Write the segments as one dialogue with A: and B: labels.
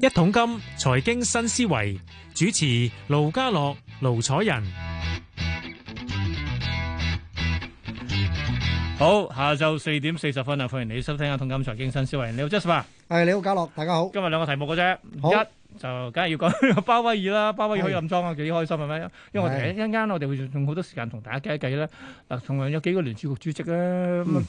A: 一桶金財經新思維主持盧家樂、盧楚仁，
B: 好，下晝四點四十分啊，歡迎你收聽《一桶金財經新思維》。你好，Jasper，
C: 係你好，家樂，大家好。
B: 今日兩個題目嘅啫，
C: 好
B: 一就梗係要講鮑威爾啦，鮑威爾去暗裝啊，幾開心係咪？因為我哋
C: 係
B: 一陣間我哋會用好多時間同大家計一計咧。嗱，同樣有幾個聯儲局主席咧，咁啊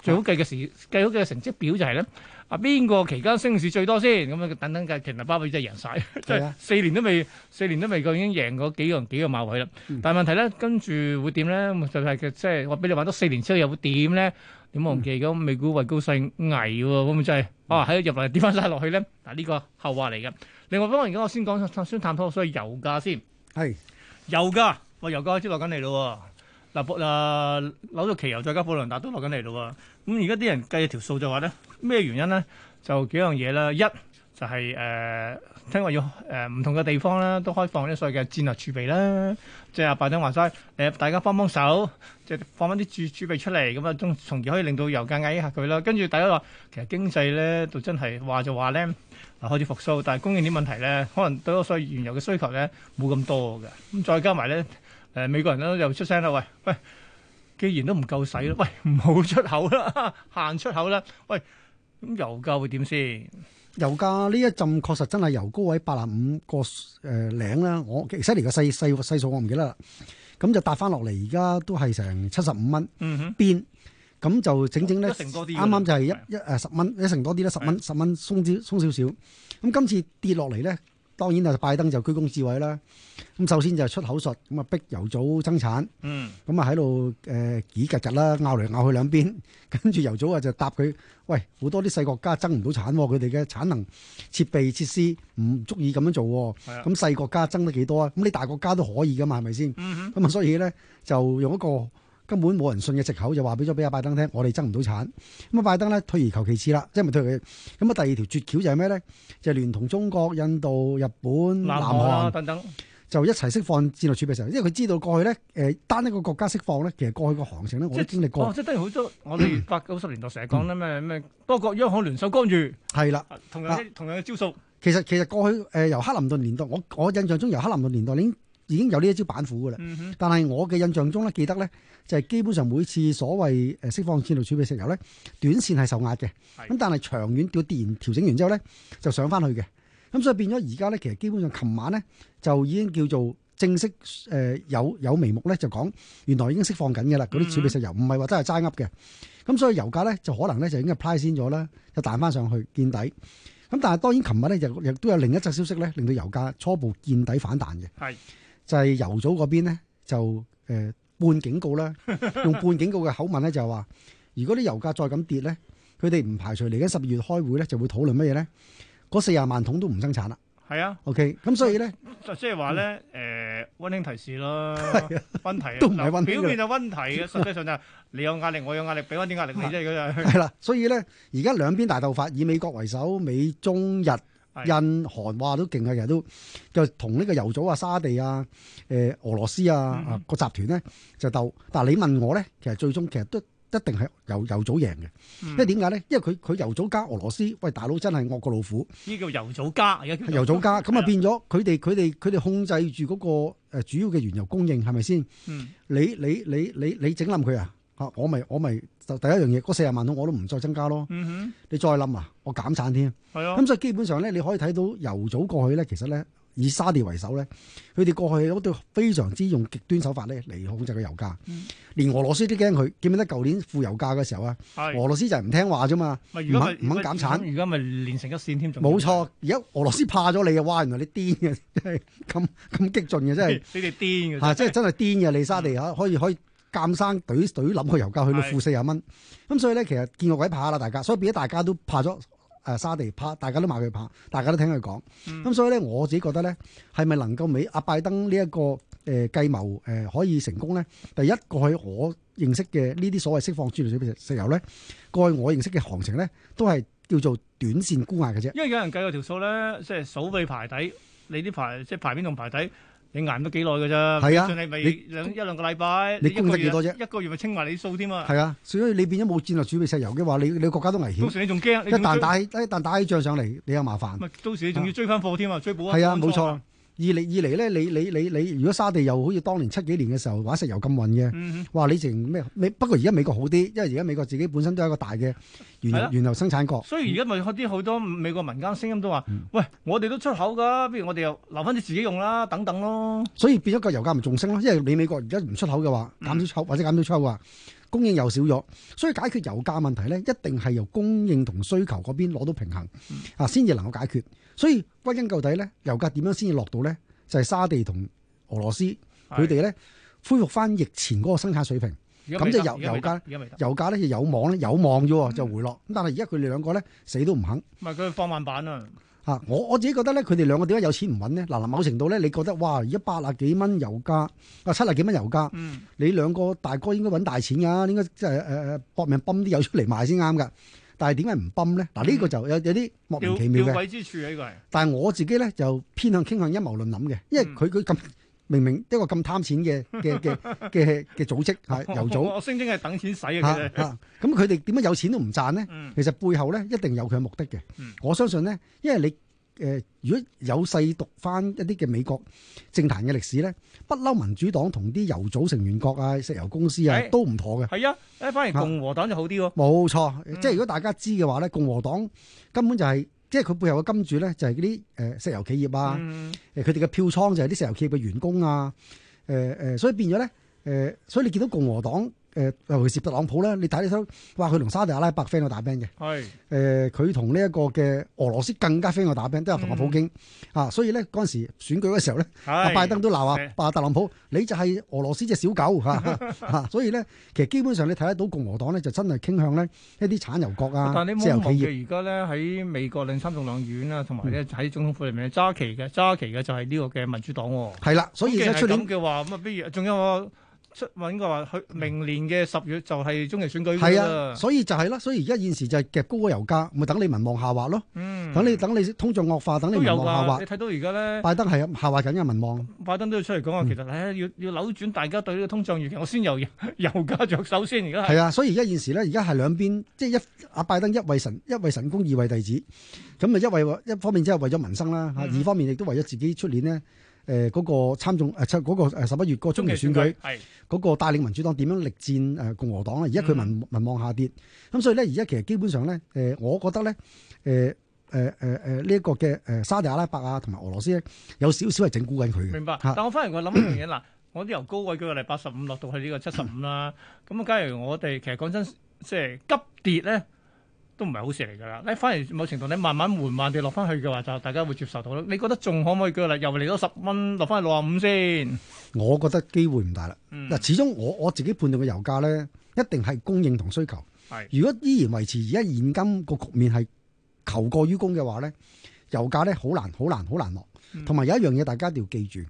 B: 最好計嘅時計好嘅成績表就係咧，啊邊個期間升市最多先？咁啊等等計，其實鮑威爾真係贏晒。 即
C: 係
B: 係
C: 啊，
B: 四年都未，四年都未夠已經贏過幾個幾個馬位啦。
C: 嗯
B: 但係問題咧，跟住會點咧？咁就係嘅即係我俾你玩多四年之後又會點咧？點我唔記咁美股位高勢危喎，咁咪真係啊喺入嚟跌翻晒落去咧？嗱呢個後話嚟嘅。另外方面，而家我先講先探討所以油價先。
C: 係
B: 油價，喂，油價開始落緊嚟咯喎。嗱，布誒紐約期油再加布倫達都落緊嚟咯喎。咁而家啲人計條數就話咧，咩原因咧？就幾樣嘢啦。一就係、誒、聽話要誒呃唔、同嘅地方啦，都開放啲所謂嘅戰略儲備啦。即係阿拜登話齋，誒、呃大家幫幫手，即係放翻啲儲儲備出嚟，咁啊，從從而可以令到油價壓抑下佢啦。跟住大家話，其實經濟咧就真係話就話咧，嗱開始復甦，但係供應鏈問題咧，可能對嗰所謂原油嘅需求咧冇咁多嘅。咁再加埋咧，誒、美國人咧又出聲啦，喂喂，既然都唔夠使啦，喂唔好出口啦， 限出口啦，喂咁油價會點先？
C: 油價呢一陣確實真係由高位八十五個誒零啦，我其實嚟個細細細數我唔記得啦，咁就搭翻落嚟，而家都係成七十五蚊
B: 嗯哼，
C: 邊，咁就整整咧
B: 一成多啲㗎啦
C: 啱啱就係
B: 係
C: 一一誒十蚊一成多啲啦，十蚊十蚊鬆少鬆少少，咁今次跌落嚟咧，當然就拜登就居功至偉啦，咁首先就係出口術，咁啊逼油組增產。
B: 嗯，
C: 咁啊喺度誒幾曱曱啦，拗嚟拗去兩邊，跟住油組啊就答佢：喂，好多啲細國家爭唔到產喎，佢哋嘅產能、設備、設施唔足以咁樣做喎。
B: 係啊，
C: 咁細國家爭得幾多啊？咁你大國家都可以噶嘛，係咪先？
B: 嗯哼，
C: 咁啊，所以咧就用一個根本冇人信嘅藉口，就話俾咗俾阿拜登聽，我哋爭唔到產。咁啊，拜登咧退而求其次啦，即係咪退佢？咁啊，第二條絕橋就係咩咧？就係聯同中國、印度、日本、南
B: 南
C: 韓
B: 韓。啦等等，
C: 就一齊釋放戰略儲備石油，因為佢知道過去咧，誒、單一個國家釋放咧，其實過去個行情咧，我都經歷
B: 哦，
C: 過，
B: 即係等於好多 我哋八九十年代成日講咧咩咩多國央行聯手干預，
C: 係啦、
B: 啊同樣同樣嘅招數，
C: 其實其實過去誒、呃由克林頓年代，我我印象中由克林頓年代已經已經有呢一招板斧㗎啦。
B: 嗯哼，
C: 但係我嘅印象中咧，記得咧就係、基本上每次所謂誒釋放戰略儲備石油咧，短線係受壓嘅，
B: 係
C: 咁但係長遠叫跌完調整完之後咧，就上翻去嘅。咁所以變咗而家咧，其實基本上琴晚咧就已經叫做正式誒、呃有有眉目咧，就講原來已經釋放緊嘅啦，嗰啲儲備石油唔係話真係齋噏嘅。咁所以油價咧就可能咧就已經 apply 先咗啦，就彈翻上去見底。咁但係當然琴日咧就亦都有另一則消息咧，令到油價初步見底反彈嘅。
B: 係
C: 就係油組嗰邊咧就誒、呃半警告啦， 用半警告嘅口吻咧就係話，如果啲油價再咁跌咧，佢哋唔排除嚟緊十二月開會咧就會討論乜嘢咧？嗰四廿萬桶都唔生產啦。
B: 係啊。
C: OK，咁所以 咧
B: 就即係話咧，誒温馨提示咯，温提
C: 都唔係溫馨㗎
B: 嗱表面就温提嘅，實際上就係你有壓力，我有壓力，俾翻啲壓力你啫，嗰就係
C: 係啦，所以咧而家兩邊大鬥法，以美國為首，美中日。印韓哇都勁啊，其實都就同呢個油組啊、沙地啊、誒、俄羅斯啊
B: 嗯
C: 啊個集團咧就鬥，但係你問我咧，其實最終其實都一定係油油組贏嘅，因為
B: 嗯
C: 點解咧？因為佢佢油組加俄羅斯，喂大佬真係惡過老虎，
B: 呢叫油組家，而家叫
C: 油 組加咁
B: 係
C: 啊
B: 啦
C: 變咗佢哋佢哋佢哋控制住嗰個誒呃主要嘅原油供應係咪先？
B: 嗯
C: 你你你你你整冧佢啊！嚇我咪我咪就第一樣嘢嗰四十萬桶我都唔再增加咯，
B: 嗯
C: 你再冧啊，我減產添。
B: 哼，係啊，
C: 咁所以基本上咧，你可以睇到油組過去咧，其實咧以沙地為首咧，佢哋過去嗰度非常之用極端手法咧嚟控制個油價，
B: 嗯
C: 連俄羅斯都驚佢。記唔記得舊年負油價嘅時候啊？
B: 係
C: 俄羅斯就係唔聽話 啫嘛，
B: 咪如果咪
C: 唔肯唔肯減產
B: 咁而家咪連成一線添，仲要
C: 冇錯。而家俄羅斯怕咗你啊！哇，原來你癲嘅，真係咁咁激進嘅，真係
B: 你哋癲嘅
C: 嚇，
B: 啫，
C: 啊
B: 嗯
C: 即係真係癲嘅。你沙地嚇可以可以。監生懟懟冧個油價去到
B: 係
C: 負四十蚊，咁所以咧其實見個鬼怕啦，大家，所以變咗大家都怕咗誒沙地，怕大家都罵佢怕，大家都聽佢講。咁
B: 咁
C: 所以咧，我自己覺得咧，係咪能夠美阿拜登呢、一個誒、呃、計謀誒、呃可以成功咧？第一，過去我認識嘅呢啲所謂釋放豬類水石油咧，過去我認識嘅行情咧，都係叫做短線沽壓嘅啫。
B: 因為有人計過條數咧，即係數尾排底，你啲排即係排邊同排底，你捱得幾耐㗎咋？
C: 係啊
B: 算你咪
C: 你
B: 兩一兩個禮拜，
C: 你
B: 一個
C: 供得幾
B: 月啊
C: 多啫
B: 一個月咪清埋你數添啊！
C: 係啊，所以你變咗冇戰略儲備石油嘅話，你你國家都危
B: 到
C: 險。
B: 時你仲驚，你
C: 一
B: 仲
C: 旦
B: 追
C: 打起一旦打起仗上嚟，你有麻煩。
B: 咪到時你仲要追翻貨添啊，追補
C: 係啊，冇錯。
B: 錯。
C: 二嚟二嚟咧，你你你你，如果沙地又好似當年七幾年嘅時候玩石油禁運嘅，
B: 嗯
C: 哇！你成咩美？不過而家美國好啲，因為而家美國自己本身都係一個大嘅原
B: 係
C: 油
B: 啊
C: 原油生產國
B: 哼，。所以而家咪有啲好多美國民間聲音都話：，
C: 嗯
B: 喂，我哋都出口㗎，不如我哋又留翻啲自己用啦，等等咯。
C: 所以變咗個油價咪仲升咯，因為你美國而家唔出口嘅話，減少出口或者減少出口嘅話，供應又少咗，所以解決油價問題咧，一定係由供應同需求嗰邊攞到平衡啊，先至能夠解決。所以歸根究底咧，油價點樣先至落到咧，就係、沙地同俄羅斯佢哋咧恢復翻疫前嗰個生產水平，
B: 而家未
C: 咁即係
B: 得
C: 油
B: 而家未得而家
C: 油價
B: 未得，
C: 油價咧就有望咧有望啫喎，就回落。咁但係而家佢哋兩個咧死都唔肯。
B: 唔係佢放慢版啊！
C: 啊！我我自己覺得咧，佢哋兩個點解有錢唔揾咧？嗱嗱，某程度咧，你覺得哇，而家八啊幾蚊油價，啊七啊幾蚊油價，
B: 嗯，
C: 你兩個大哥應該揾大錢㗎，應該即係誒誒搏命泵啲油出嚟賣先啱㗎。但係點解唔泵咧？嗱、呢、個就有有啲莫
B: 吊
C: 名其
B: 吊
C: 妙嘅。
B: 詭之處啊！呢個係
C: 但係我自己咧就偏向傾向陰謀論諗嘅，因為佢佢咁明明一個咁貪錢嘅嘅嘅嘅嘅組織 嚇油
B: 我
C: 組
B: 我聲稱係等錢使啊！其
C: 嚇
B: 實，
C: 嚇，咁佢哋點解有錢都唔賺咧？
B: 嗯
C: 其實背後咧一定有佢嘅目的嘅。
B: 嗯
C: 我相信咧，因為你誒、呃如果有細讀翻一啲嘅美國政壇嘅歷史咧，不嬲民主黨同啲油組成員國啊、石油公司啊
B: 係
C: 都唔妥嘅。
B: 係啊，誒反而共和黨就好啲喎。
C: 冇錯，
B: 嗯
C: 即係如果大家知嘅話咧，共和黨根本就係、即係佢背後嘅金主咧，就係嗰啲誒石油企業啊，
B: 嗯
C: 誒佢哋嘅票倉就係啲石油企業嘅員工啊，誒、誒，所以變咗咧，誒、所以你見到共和黨誒、尤其是特朗普咧，你睇你睇到，哇，佢同沙地阿拉伯 friend 到打 band 嘅。
B: 係
C: 誒佢同呢一個嘅俄羅斯更加飛我打 band，都有同阿普京、啊，所以咧嗰陣時選舉嘅時候咧，阿
B: 嗯係
C: 拜登都鬧
B: 係
C: 啊，阿特朗普你就係俄羅斯隻小狗嚇、 啊所以咧其實基本上你睇得到共和黨咧就真係傾向咧一啲產油國啊
B: 但你，
C: 石油
B: 冇忘
C: 企
B: 記
C: 業
B: 而家咧喺美國兩參眾兩院啊，同埋咧喺總統府裏面揸旗嘅揸旗嘅就係呢個嘅民主黨喎。
C: 係啦，所以
B: 咁
C: 而
B: 既然
C: 家出
B: 係
C: 年
B: 咁嘅話，咁啊，不如仲有我出揾個話，去明年嘅十月就係中期選舉㗎
C: 係
B: 啦
C: 啊，。所以就係啦，所以而家現時就係夾高個油價，咪等你民望下滑咯，
B: 嗯
C: 等你等你通脹惡化，等你
B: 都
C: 民
B: 有
C: 望下
B: 㗎。
C: 滑
B: 你。睇到而家咧，
C: 拜登係下滑緊嘅民望，
B: 拜登都要出嚟講話，其實唉，要要扭轉大家對呢個通脹預期，我先由 油價着手先。而家係
C: 係啊，所以而家現時咧，而家係兩邊，即係一阿拜登一為神一為神功，二為弟子。咁啊，一為一方面即係為咗民生啦，嚇、
B: 嗯
C: 二方面亦都為咗自己出年呢誒嗰個參眾誒出嗰個誒十一月嗰個中期選舉
B: 係
C: 嗰個帶領民主黨點樣力戰誒共和黨啊！而家佢民民望下跌，咁所以咧而家其實基本上咧誒，我覺得咧誒誒誒誒呢一個嘅誒沙地阿拉伯啊同埋俄羅斯咧有少少係整蠱緊佢嘅，
B: 明白。
C: 嚇
B: 但我反而我諗一樣嘢嗱，我啲由高位舉個例八十五落到去呢個七十五啦。咁啊，假如我哋其實講真，即係急跌咧。都唔係好事嚟㗎啦，你反而某程度你慢慢緩慢地落翻去嘅話，就大家會接受到咯。你覺得仲可唔可以舉個例，又嚟咗十蚊落翻去六十五先？
C: 我覺得機會唔大啦。
B: 嗯
C: 嗱，始終我我自己判斷嘅油價咧，一定係供應同需求。
B: 係
C: 如果依然維持而家現今個局面係求過於供嘅話咧，油價咧好難好難好難落
B: 嗯。
C: 同埋有一樣嘢大家一定要記住，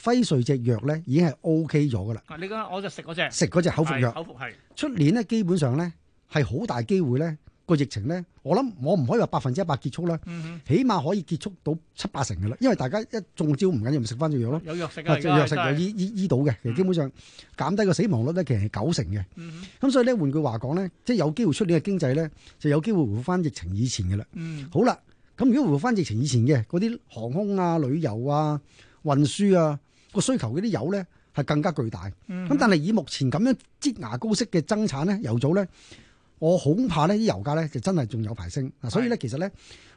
C: 輝瑞隻藥咧已經係 O K 咗噶啦，
B: 啊！你講我就食嗰只
C: 食嗰隻口服藥，
B: 口服係
C: 出年咧基本上咧係好大機會咧個疫情咧，我諗我唔可以話百分之一百結束啦，
B: 嗯
C: 起碼可以結束到七八成噶啦，因為大家一中招唔緊要，咪食翻隻藥咯
B: 哼，。有藥食啊，
C: 啊
B: 而，家
C: 藥食
B: 真係嗯
C: 就醫醫醫到嘅，其實基本上減低個死亡率咧，其實係九成嘅。
B: 嗯哼
C: 咁所以咧，換句話講咧，即係有機會出年嘅經濟咧，就有機會回復翻疫情以前嘅啦。
B: 嗯
C: 好啦，咁如果回復翻疫情以前嘅嗰啲航空啊、旅遊啊、運輸啊個需求嗰啲油咧，係更加巨大。咁、
B: 嗯
C: 但係以目前咁樣擠牙膏式嘅增產咧，油組咧，我恐怕呢啲油價咧就真係仲有排升。嗱，所以咧其實咧，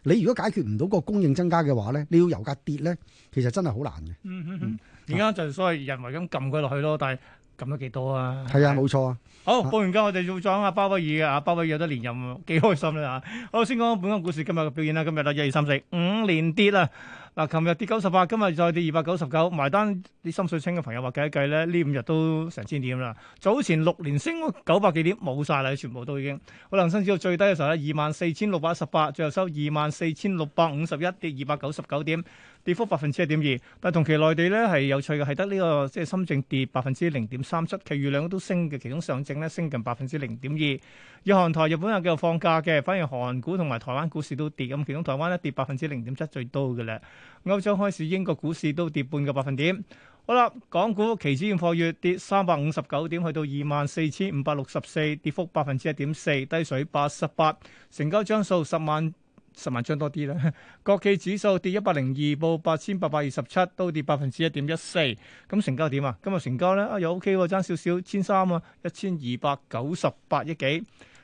C: 你如果解決唔到個供應增加嘅話咧，你要油價跌咧，其實真係好難嘅。
B: 嗯嗯嗯，而家就所謂人為咁撳佢落去咯，但係撳咗幾多啊？
C: 係啊，冇錯啊。
B: 好，報完價我哋要再講下鮑威爾嘅，阿啊鮑威爾有得連任，幾開心啦嚇！好，先講本港股市今日嘅表現啦，今日啦一二三四五連跌啊！嗱，琴日跌九十八，今日再跌二百九十九，埋單啲心水清嘅朋友話計一計咧，呢五日都成千點啦。早前六連升九百幾點冇晒啦，全部都已經。好能升至到最低嘅時候咧，二萬四千六百一十八，最後收二萬四千六百五十一，跌二百九十九點，跌幅百分之一點二。但係同期內地咧係有趣嘅，係得呢個即係深證跌百分之零點三七，其餘兩個都升嘅，其中上證咧升近百分之零點二。日韓台日本又繼續放假嘅，反而韓股同埋台灣股市都跌，咁其中台灣咧跌百分之零點七最多嘅咧。歐洲開市，英國股市都跌半個百分點。好啦，港股期指現貨月跌三百五十九點，去到二萬四千五百六十四，跌幅百分之一點四，低水八十八，成交張數十萬十萬張多啲啦。國企指數跌一百零二，報八千八百二十七，都跌百分之一點一四。咁成交點啊？今日成交咧啊又 OK 喎，爭少少千三啊，一千二百九十八億幾。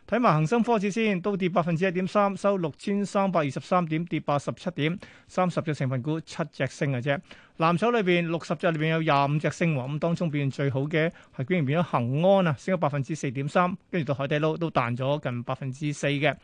B: 睇埋恒生科指先，都跌百分之一點三，收六千三百二十三點，跌八十七點，三十隻成分股七隻升嘅啫。藍籌裏邊六十隻裏邊有廿五隻升喎，咁當中表現最好嘅係居然變咗恒安啊，升咗百分之四點三，跟住到海底撈都彈咗近百分之四嘅。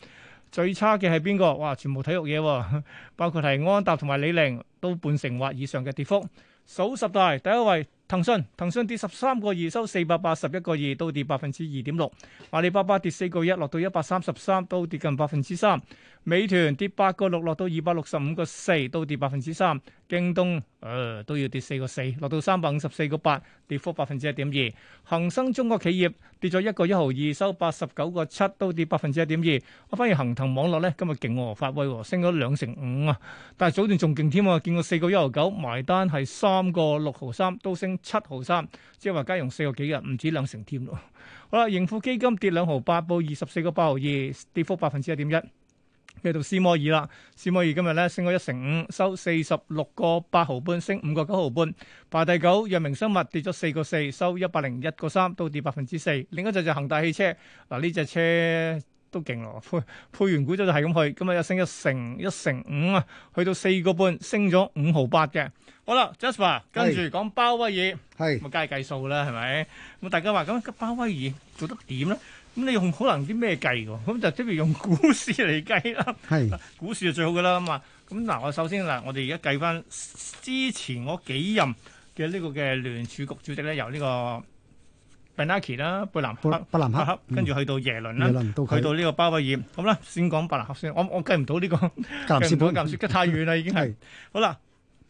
B: 最差嘅係邊個？哇！全部體育嘢喎，包括係安踏同埋李寧都半成或以上嘅跌幅。數十大第一位騰訊，騰訊跌十三個二，收四百八十一個二，都跌百分之二點六。阿里巴巴跌四個一，落到一百三十三，都跌近百分之三。美團跌八個六，落到二百六十五個四，都跌百分之三。京東誒、呃都要跌四個四，落到三百五十四個八，跌幅百分之一點二。恒生中國企業跌咗一個一毫二，收八十九個七，都跌百分之一點二。我反而恒騰網絡咧今日勁喎，發威喎，升咗兩成五啊！但係早段仲勁添啊，見過四個一毫九，埋單係三個六毫三，都升七毫三，即係話家用四個幾日，唔止兩成添咯。好啦，盈富基金跌兩毫八，報二十四個八毫二，跌幅百分之一點一。跟住到斯摩爾啦，斯摩爾今日咧升咗一成五，收四十六個八毫半，升五個九毫半，排第九。藥明生物跌咗四個四，收一百零一個三，都跌百分之四。另一隻就係恒大汽車，嗱呢隻車都勁咯， 配配完股咗就係咁去，今日又升一成一成五啊，去到四個半，升咗五毫八嘅。好啦，Jasper，跟住講鮑威爾。
C: 係
B: 咁啊，梗係計數啦，係咪？咁大家話咁啊鮑威爾做得點咧？咁你用好能啲咩計㗎？咁就即係用股市嚟計啦，
C: 係
B: 股市就最好噶啦咁啊。咁嗱，我首先嗱，我哋而家計翻之前嗰幾任嘅呢個嘅聯儲局主席咧，由呢個 Bernanke 啦、貝南
C: 布
B: 克、
C: 布蘭
B: 伯克
C: 克，，
B: 啊
C: 嗯
B: 跟住去到耶倫
C: 耶
B: 啦，
C: 倫到
B: 去
C: 佢
B: 到呢個鮑威爾。咁啦，先講伯南克先。我我計唔到呢個，
C: 格林
B: 計
C: 斯
B: 唔到
C: 本，
B: 格林斯潘太遠啦，已經係。
C: 係
B: 好啦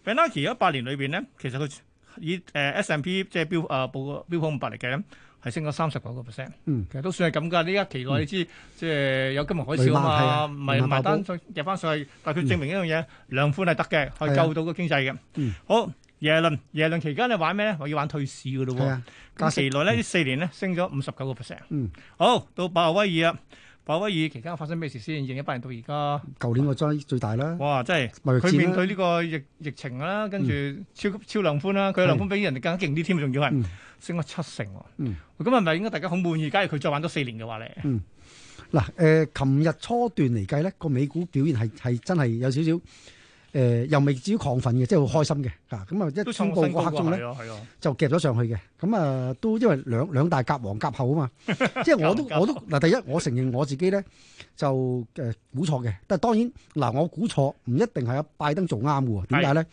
B: b e n a k i 一八年裏邊咧，其實佢以誒 S M P 即係標誒報標普五百嚟計咧，係升咗三十九個 percent。
C: 嗯
B: 其實都算係咁㗎。呢一期內你知即係有金融海嘯
C: 雷曼係
B: 啊嘛，
C: 啊
B: 唔
C: 雷
B: 係
C: 曼
B: 埋
C: 爆煲
B: 單再入翻上去，但係佢證明一樣嘢，量寬係得嘅，
C: 係
B: 係
C: 啊
B: 救到個經濟嘅。
C: 嗯
B: 好，耶倫耶倫期間你玩咩咧？我要玩退市㗎咯
C: 係
B: 喎。
C: 啊，
B: 咁
C: 加
B: 期
C: 息
B: 內咧呢四年咧升咗五十九個 percent。
C: 嗯，
B: 好，到鮑威爾啊，鮑威爾期間發生咩事先？二零一八年到而家，
C: 舊年個災最大啦，
B: 哇！真係〜
C: 貿易
B: 佢面
C: 戰
B: 對
C: 啦，
B: 呢個疫疫情啦，跟住超超量寬啦，佢量寬比人哋更加勁啲添，仲要係
C: 嗯
B: 升咗七成喎。
C: 嗯
B: 咁係咪應該大家好滿意？假如佢再玩多四年嘅話咧，
C: 嗱誒，琴日初段嚟計咧，個美股表現係係真係有少少誒，又未至於亢奮嘅，即係好開心嘅嚇。咁啊，
B: 都創
C: 一宣
B: 新
C: 佈
B: 高
C: 嗰刻
B: 喎，
C: 鐘咧
B: 係。啊係啊，
C: 就夾咗上去嘅。咁啊，都因為兩兩大夾王夾後啊嘛， 即係我都
B: 夾王夾後
C: 我都嗱，第一我承認我自己咧就誒、呃估錯嘅，但係當然嗱，我估錯唔一定係阿拜登做啱嘅喎，點解咧？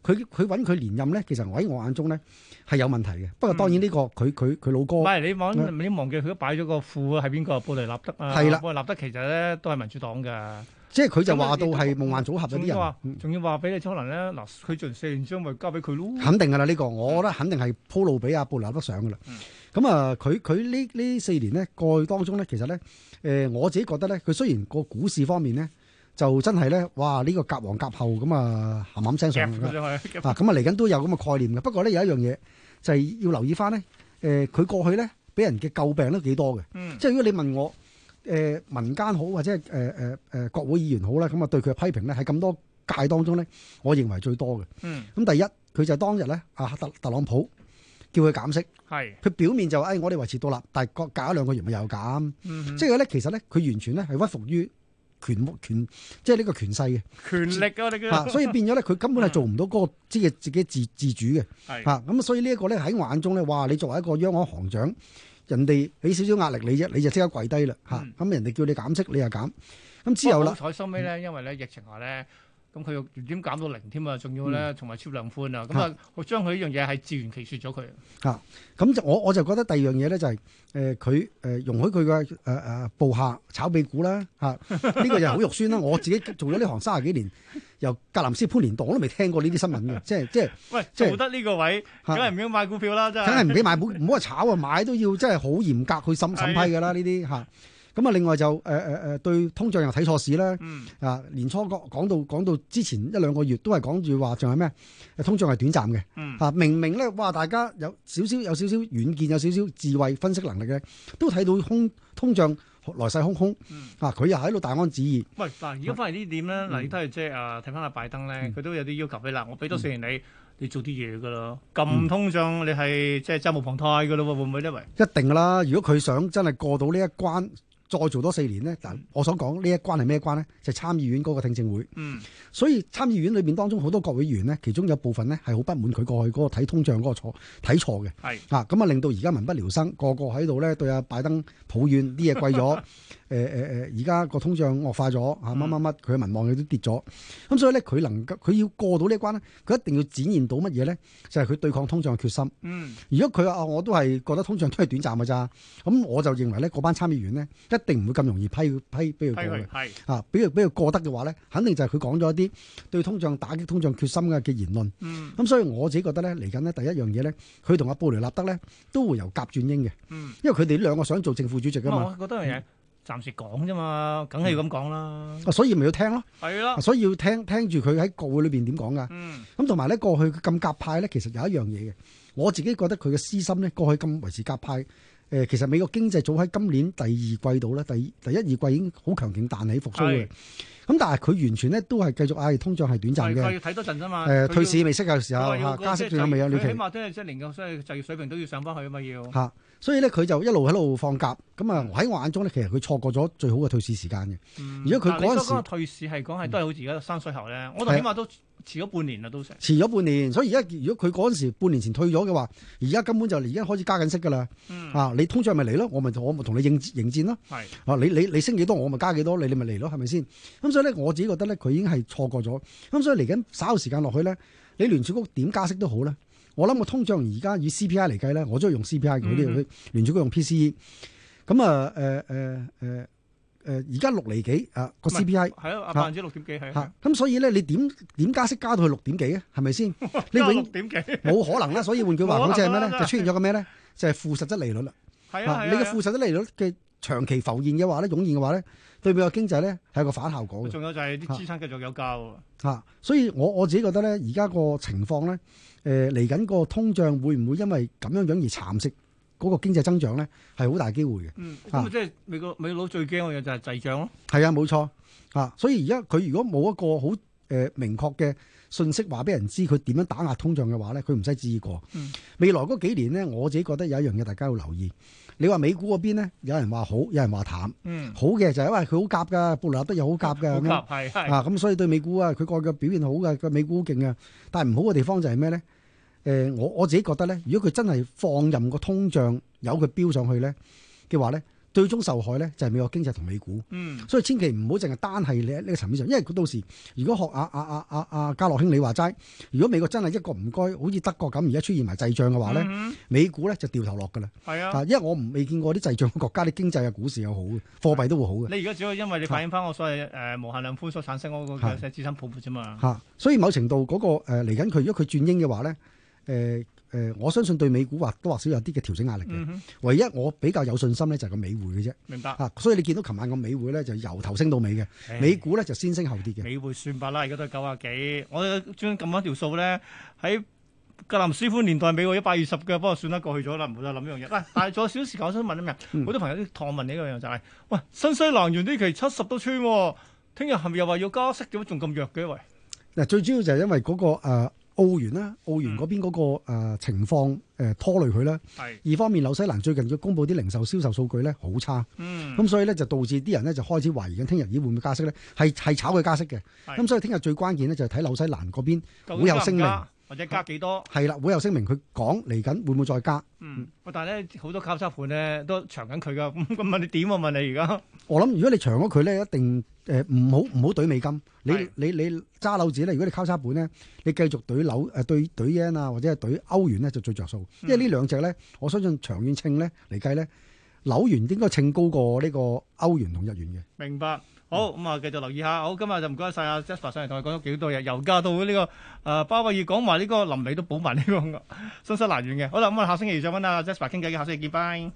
C: 佢佢揾佢連任咧，其實我喺我眼中咧係有問題嘅。不過當然呢、個佢佢佢老
B: 嗯唔
C: 哥
B: 係你忘你忘記佢都擺咗個副係邊個？布雷納德啊，
C: 哦係啦
B: 布雷納德其實咧都係民主黨㗎。
C: 即係佢就
B: 啊
C: 話到係夢幻組合嗰
B: 仲
C: 啲
B: 要
C: 人嗯
B: 話，仲要話俾你可能咧嗱，佢做完四年之後咪交俾佢咯。
C: 肯定㗎啦呢個，我覺得肯定係鋪路俾阿布拿得上㗎啦
B: 嗯。
C: 咁啊，佢佢呢呢四年咧過去當中咧，其實咧，誒、我自己覺得咧，佢雖然個股市方面咧就真係咧，哇呢、個夾王夾後咁啊冚冚聲上
B: 夾
C: 㗎
B: 佢
C: 啦
B: 上去，夾
C: 啊，咁啊嚟緊都有咁嘅概念嘅。不過咧有一樣嘢就係、要留意翻咧，誒、佢過去咧俾人嘅詬病都幾多嘅。
B: 嗯，
C: 即係如果你問我，誒、民間好或者係誒誒誒國會議員好啦，咁啊對佢嘅批評咧喺咁多界當中咧，我認為最多嘅。
B: 嗯，
C: 咁第一，佢就當日咧，啊特特朗普叫佢減息，
B: 係，
C: 佢表面就誒、哎、我哋維持到立，但係隔隔一兩個月咪又減，
B: 嗯
C: 即係咧其實咧佢完全咧係屈服於權權，即係呢個權 勢
B: 權力啊，你
C: 嘅，啊，
B: 嘅
C: 所以變咗咧佢根本係做唔到嗰、個即係自己自自主嘅，
B: 係，
C: 啊，咁所以呢一個咧喺我眼中咧，哇！你作為一個央行行長，人哋俾少少壓力你啫，你就即刻跪低啦嚇，咁、
B: 嗯
C: 人哋叫你減息，你又減，咁之後啦。
B: 好彩收尾咧，因為咧疫情下咧，咁佢又原點減到零添啊，仲要咧同埋超量寬啊，咁啊，我將佢呢樣嘢係自圓其説咗佢。
C: 咁就我我就覺得第二樣嘢咧就係誒佢誒容許佢嘅誒誒部下炒美股啦嚇， 呢、個就好肉酸啦。我自己做咗呢行三十幾年，由格林斯潘年代我都未聽過呢啲新聞嘅，即係即係
B: 喂，
C: 即係
B: 做得呢個位，
C: 嚇
B: 梗係唔應買股票啦，真
C: 梗係
B: 係。
C: 唔俾買，唔好唔好話炒啊，買都要真係好嚴格去審審批㗎啦呢啲嚇。咁啊，另外就誒誒誒對通脹又睇錯市啦。
B: 嗯，
C: 啊，年初講講到講到之前一兩個月都係講住話，仲係咩？通脹係短暫嘅。
B: 嗯
C: 啊，明明咧，哇，大家有少少有少少遠見，有少少智慧分析能力嘅，都睇到空通脹來勢洶洶
B: 嗯。
C: 啊，佢又喺度大安旨意。
B: 喂，嗱，而家翻嚟呢點咧，嗱，你都係即係啊，睇翻阿拜登咧，佢都有啲要求俾嗱，我俾多四年你，你做啲嘢噶啦，咁通脹你係即係責無旁貸噶咯喎，會唔會咧？喂，
C: 一定㗎啦！如果佢想真係過到呢一關，再做多四年呢，嗱，我所講呢一關係咩關呢？就係參議院嗰個聽證會。
B: 嗯，
C: 所以參議院裏面當中好多國會議員呢，其中有部分呢係好不滿佢過去嗰個睇通脹嗰個錯睇錯嘅。
B: 係
C: 啊，咁啊令到而家民不聊生，個個喺度呢對阿拜登抱怨啲嘢 貴咗，誒誒誒，而家個通脹惡化咗啊，
B: 嗯
C: 乜乜乜，佢嘅民望亦都跌咗。咁所以呢，佢能夠佢要過到呢一關呢，佢一定要展現到乜嘢呢？就係、佢對抗通脹嘅決心。
B: 嗯，
C: 如果佢話啊，我都係覺得通脹都係短暫嘅咋，咁我就認為咧，嗰班參議員咧一定唔會咁容易批批俾佢
B: 批
C: 過
B: 佢。
C: 嘅
B: 係，
C: 啊，俾佢俾佢過得嘅話咧，肯定就係佢講咗一啲對通脹打擊通脹決心嘅嘅言論。
B: 嗯
C: 咁所以我自己覺得咧，嚟緊咧第一樣嘢咧，佢同阿布雷納德咧都會由甲轉英嘅，
B: 嗯，
C: 因為佢哋兩個想做正副主席噶
B: 咁
C: 嘛，
B: 啊，我覺得樣嘢暫時講啫嘛，梗係要咁講啦，
C: 啊所以咪要聽咯，
B: 係啦
C: 啊，所以要聽聽住佢喺國會裏邊點講噶。
B: 嗯，
C: 咁同埋咧，過去佢咁鴿派咧，其實有一樣嘢嘅，我自己覺得佢嘅私心咧，過去咁維持鴿派。誒，其實美國經濟早喺今年第二季度咧，第第一二季已經好強勁彈起復甦嘅。
B: 係
C: 咁，但係佢完全咧都係繼續，唉、通脹係短
B: 係
C: 暫嘅
B: 佢。要睇多陣啫
C: 誒、
B: 嘛，佢
C: 呃退
B: 要
C: 市未息嘅時
B: 佢
C: 候，
B: 話
C: 嚇
B: 要
C: 加息
B: 即
C: 仲
B: 係
C: 有未有啊
B: 佢
C: 呢期
B: 起？碼都係即係能夠，所以就業水平都要上翻去啊嘛要。
C: 嚇、所以咧佢就一路喺度放鴿。咁啊，喺我眼中咧，其實佢錯過咗最好嘅退市時間嘅。如果
B: 嗯
C: 佢
B: 嗱你
C: 嗰陣
B: 所
C: 時嗯啊
B: 講嘅退市係講係都係好似而家山水喉咧，我就起碼都遲咗半年啦，都成。
C: 遲咗半年，所以而家如果佢嗰陣時半年前退咗嘅話，而家根本就已經開始加緊息㗎啦。
B: 嗯，
C: 啊，你通脹咪嚟咯，我咪我咪同你應應戰咯。
B: 係
C: 啊！你你你升幾多，我咪加幾多，你你咪嚟咯，係咪先？咁所以咧，我自己覺得咧，佢已經係錯過咗。咁所以嚟緊稍後時間落去咧，你聯儲局點加息都好咧，我諗個通脹而家以 CPI 嚟計咧，我中意用 CPI 嘅佢
B: 嗯
C: 啲，佢聯儲局用 PCE。咁啊誒誒誒誒，呃而家六厘幾啊個
B: 唔係
C: CPI
B: 係咯，啊
C: 嚇
B: 百分之六點幾 係
C: 嚇，咁所以咧你點點加息加到去六點幾啊？係 咪先？你
B: 加
C: 永
B: 六點幾係啊
C: 冇可能啦。所以換句話講，即係咩咧？
B: 冇可能
C: 就
B: 啦
C: 出現咗個咩咧？就係負實質利率啦。
B: 啊係
C: 啊
B: 啊，
C: 你嘅
B: 係啊
C: 負實質利率嘅長期浮現嘅話咧，湧現嘅話咧，對美國經濟咧係有個反效果嘅
B: 仲有就係啲資產繼續有價喎。
C: 嚇、啊所以我我自己覺得咧，而家個情況咧，誒嚟緊個通脹會唔會因為咁樣樣而蠶食嗰個經濟增長咧，係好大機會嘅。
B: 嗯，
C: 啊
B: 咁即係美國美佬最驚嘅嘢就係滯脹咯。
C: 係啊，冇錯啊，所以而家佢如果冇一個好誒、呃明確嘅信息話俾人知佢點樣打壓通脹嘅話咧，佢唔使旨意過。
B: 嗯
C: 未來嗰幾年咧，我自己覺得有一樣嘢大家要留意。你話美股嗰邊咧，有人話好，有人話淡。
B: 嗯，
C: 好嘅就係因為佢好夾㗎，布雷納德又好夾㗎
B: 好
C: 咁樣。
B: 夾係係
C: 啊，咁所以對美股啊，佢過去嘅表現好嘅，個美股好勁嘅。但係唔好嘅地方就係咩咧？誒、呃我我自己覺得咧，如果佢真係放任個通脹由佢飆上去咧嘅話咧，最終受害咧就係美國經濟同美股。
B: 嗯
C: 所以千祈唔好淨係單係你喺呢個層面上，因為佢到時如果學阿阿阿阿阿家樂兄你話齋，如果美國真係一個唔該，好似德國咁而家出現埋滯脹嘅話咧，
B: 嗯
C: 美股咧就掉頭落㗎啦。
B: 係啊。
C: 啊，因為我唔未見過啲滯脹嘅國家啲經濟啊、股市又好嘅，貨幣都會好嘅。
B: 你而家只可以因為你反映翻我所謂誒無限量寬所產生嗰個嘅
C: 係
B: 資產泡沫啫嘛。
C: 嚇、所以某程度嗰、個呃誒嚟緊佢，如果佢轉英嘅話咧，誒、誒、我相信對美股或多或少有啲嘅調整壓力嘅。
B: 嗯哼，
C: 唯一我比較有信心咧就係個美匯嘅啫。
B: 明白
C: 嚇、。所以你見到琴晚個美匯咧就由頭升到尾嘅，美股咧就先升後跌嘅。
B: 美匯算吧啦，而家都係九啊幾。我專登撳翻條數咧，喺格林斯潘年代美匯一百二十嘅，不過算啦，過去咗啦，唔好再諗呢樣嘢。嗱，但係仲有少少時間，我想問一問，
C: 嗯
B: 好多朋友都趟問呢個樣就係、喂，新西蘭元呢期七十都穿喎，聽日係咪又話要加息？點解仲咁弱嘅？喂，
C: 嗱，最主要就係因為嗰、個、呃、澳元啦，澳
B: 嗯
C: 元嗰邊嗰、個、呃、情況誒、呃拖累佢啦。
B: 係，
C: 二方面，紐西蘭最近要公布啲零售銷售數據咧好差，
B: 嗯，
C: 咁所以咧就導致啲人咧就開始懷疑緊聽日咦會唔會加息咧？係係炒佢加息嘅。
B: 係
C: 咁所以聽日最關鍵咧就係睇紐西蘭嗰邊。
B: 究
C: 會
B: 竟
C: 有
B: 加唔
C: 聲明
B: 加或者加幾多？
C: 係啦，會有聲明佢講嚟緊會唔會再加？
B: 嗯，喂但係咧好多交叉盤咧都長緊佢噶，咁咁問你點啊？問你而家
C: 我諗如果你長咗佢咧，一定誒唔好唔好懟美金。你
B: 係
C: 你你揸樓指咧，如果你交叉本咧，你繼續懟樓誒對對 yen 啊，或者係對歐元咧就最着數，因為呢兩隻咧，我相信長遠稱咧嚟計咧，紐元應該稱高過呢個歐元同日元嘅。
B: 明白。好咁啊，繼續留意下。好，今日就唔該晒阿 Jasper 上嚟同我講咗幾多嘢，油價到呢、個誒、呃巴威爾講埋呢 個臨尾都補埋呢個新西蘭元嘅。好啦，咁我哋下星期再揾阿 Jasper 傾偈嘅，下星期見，拜。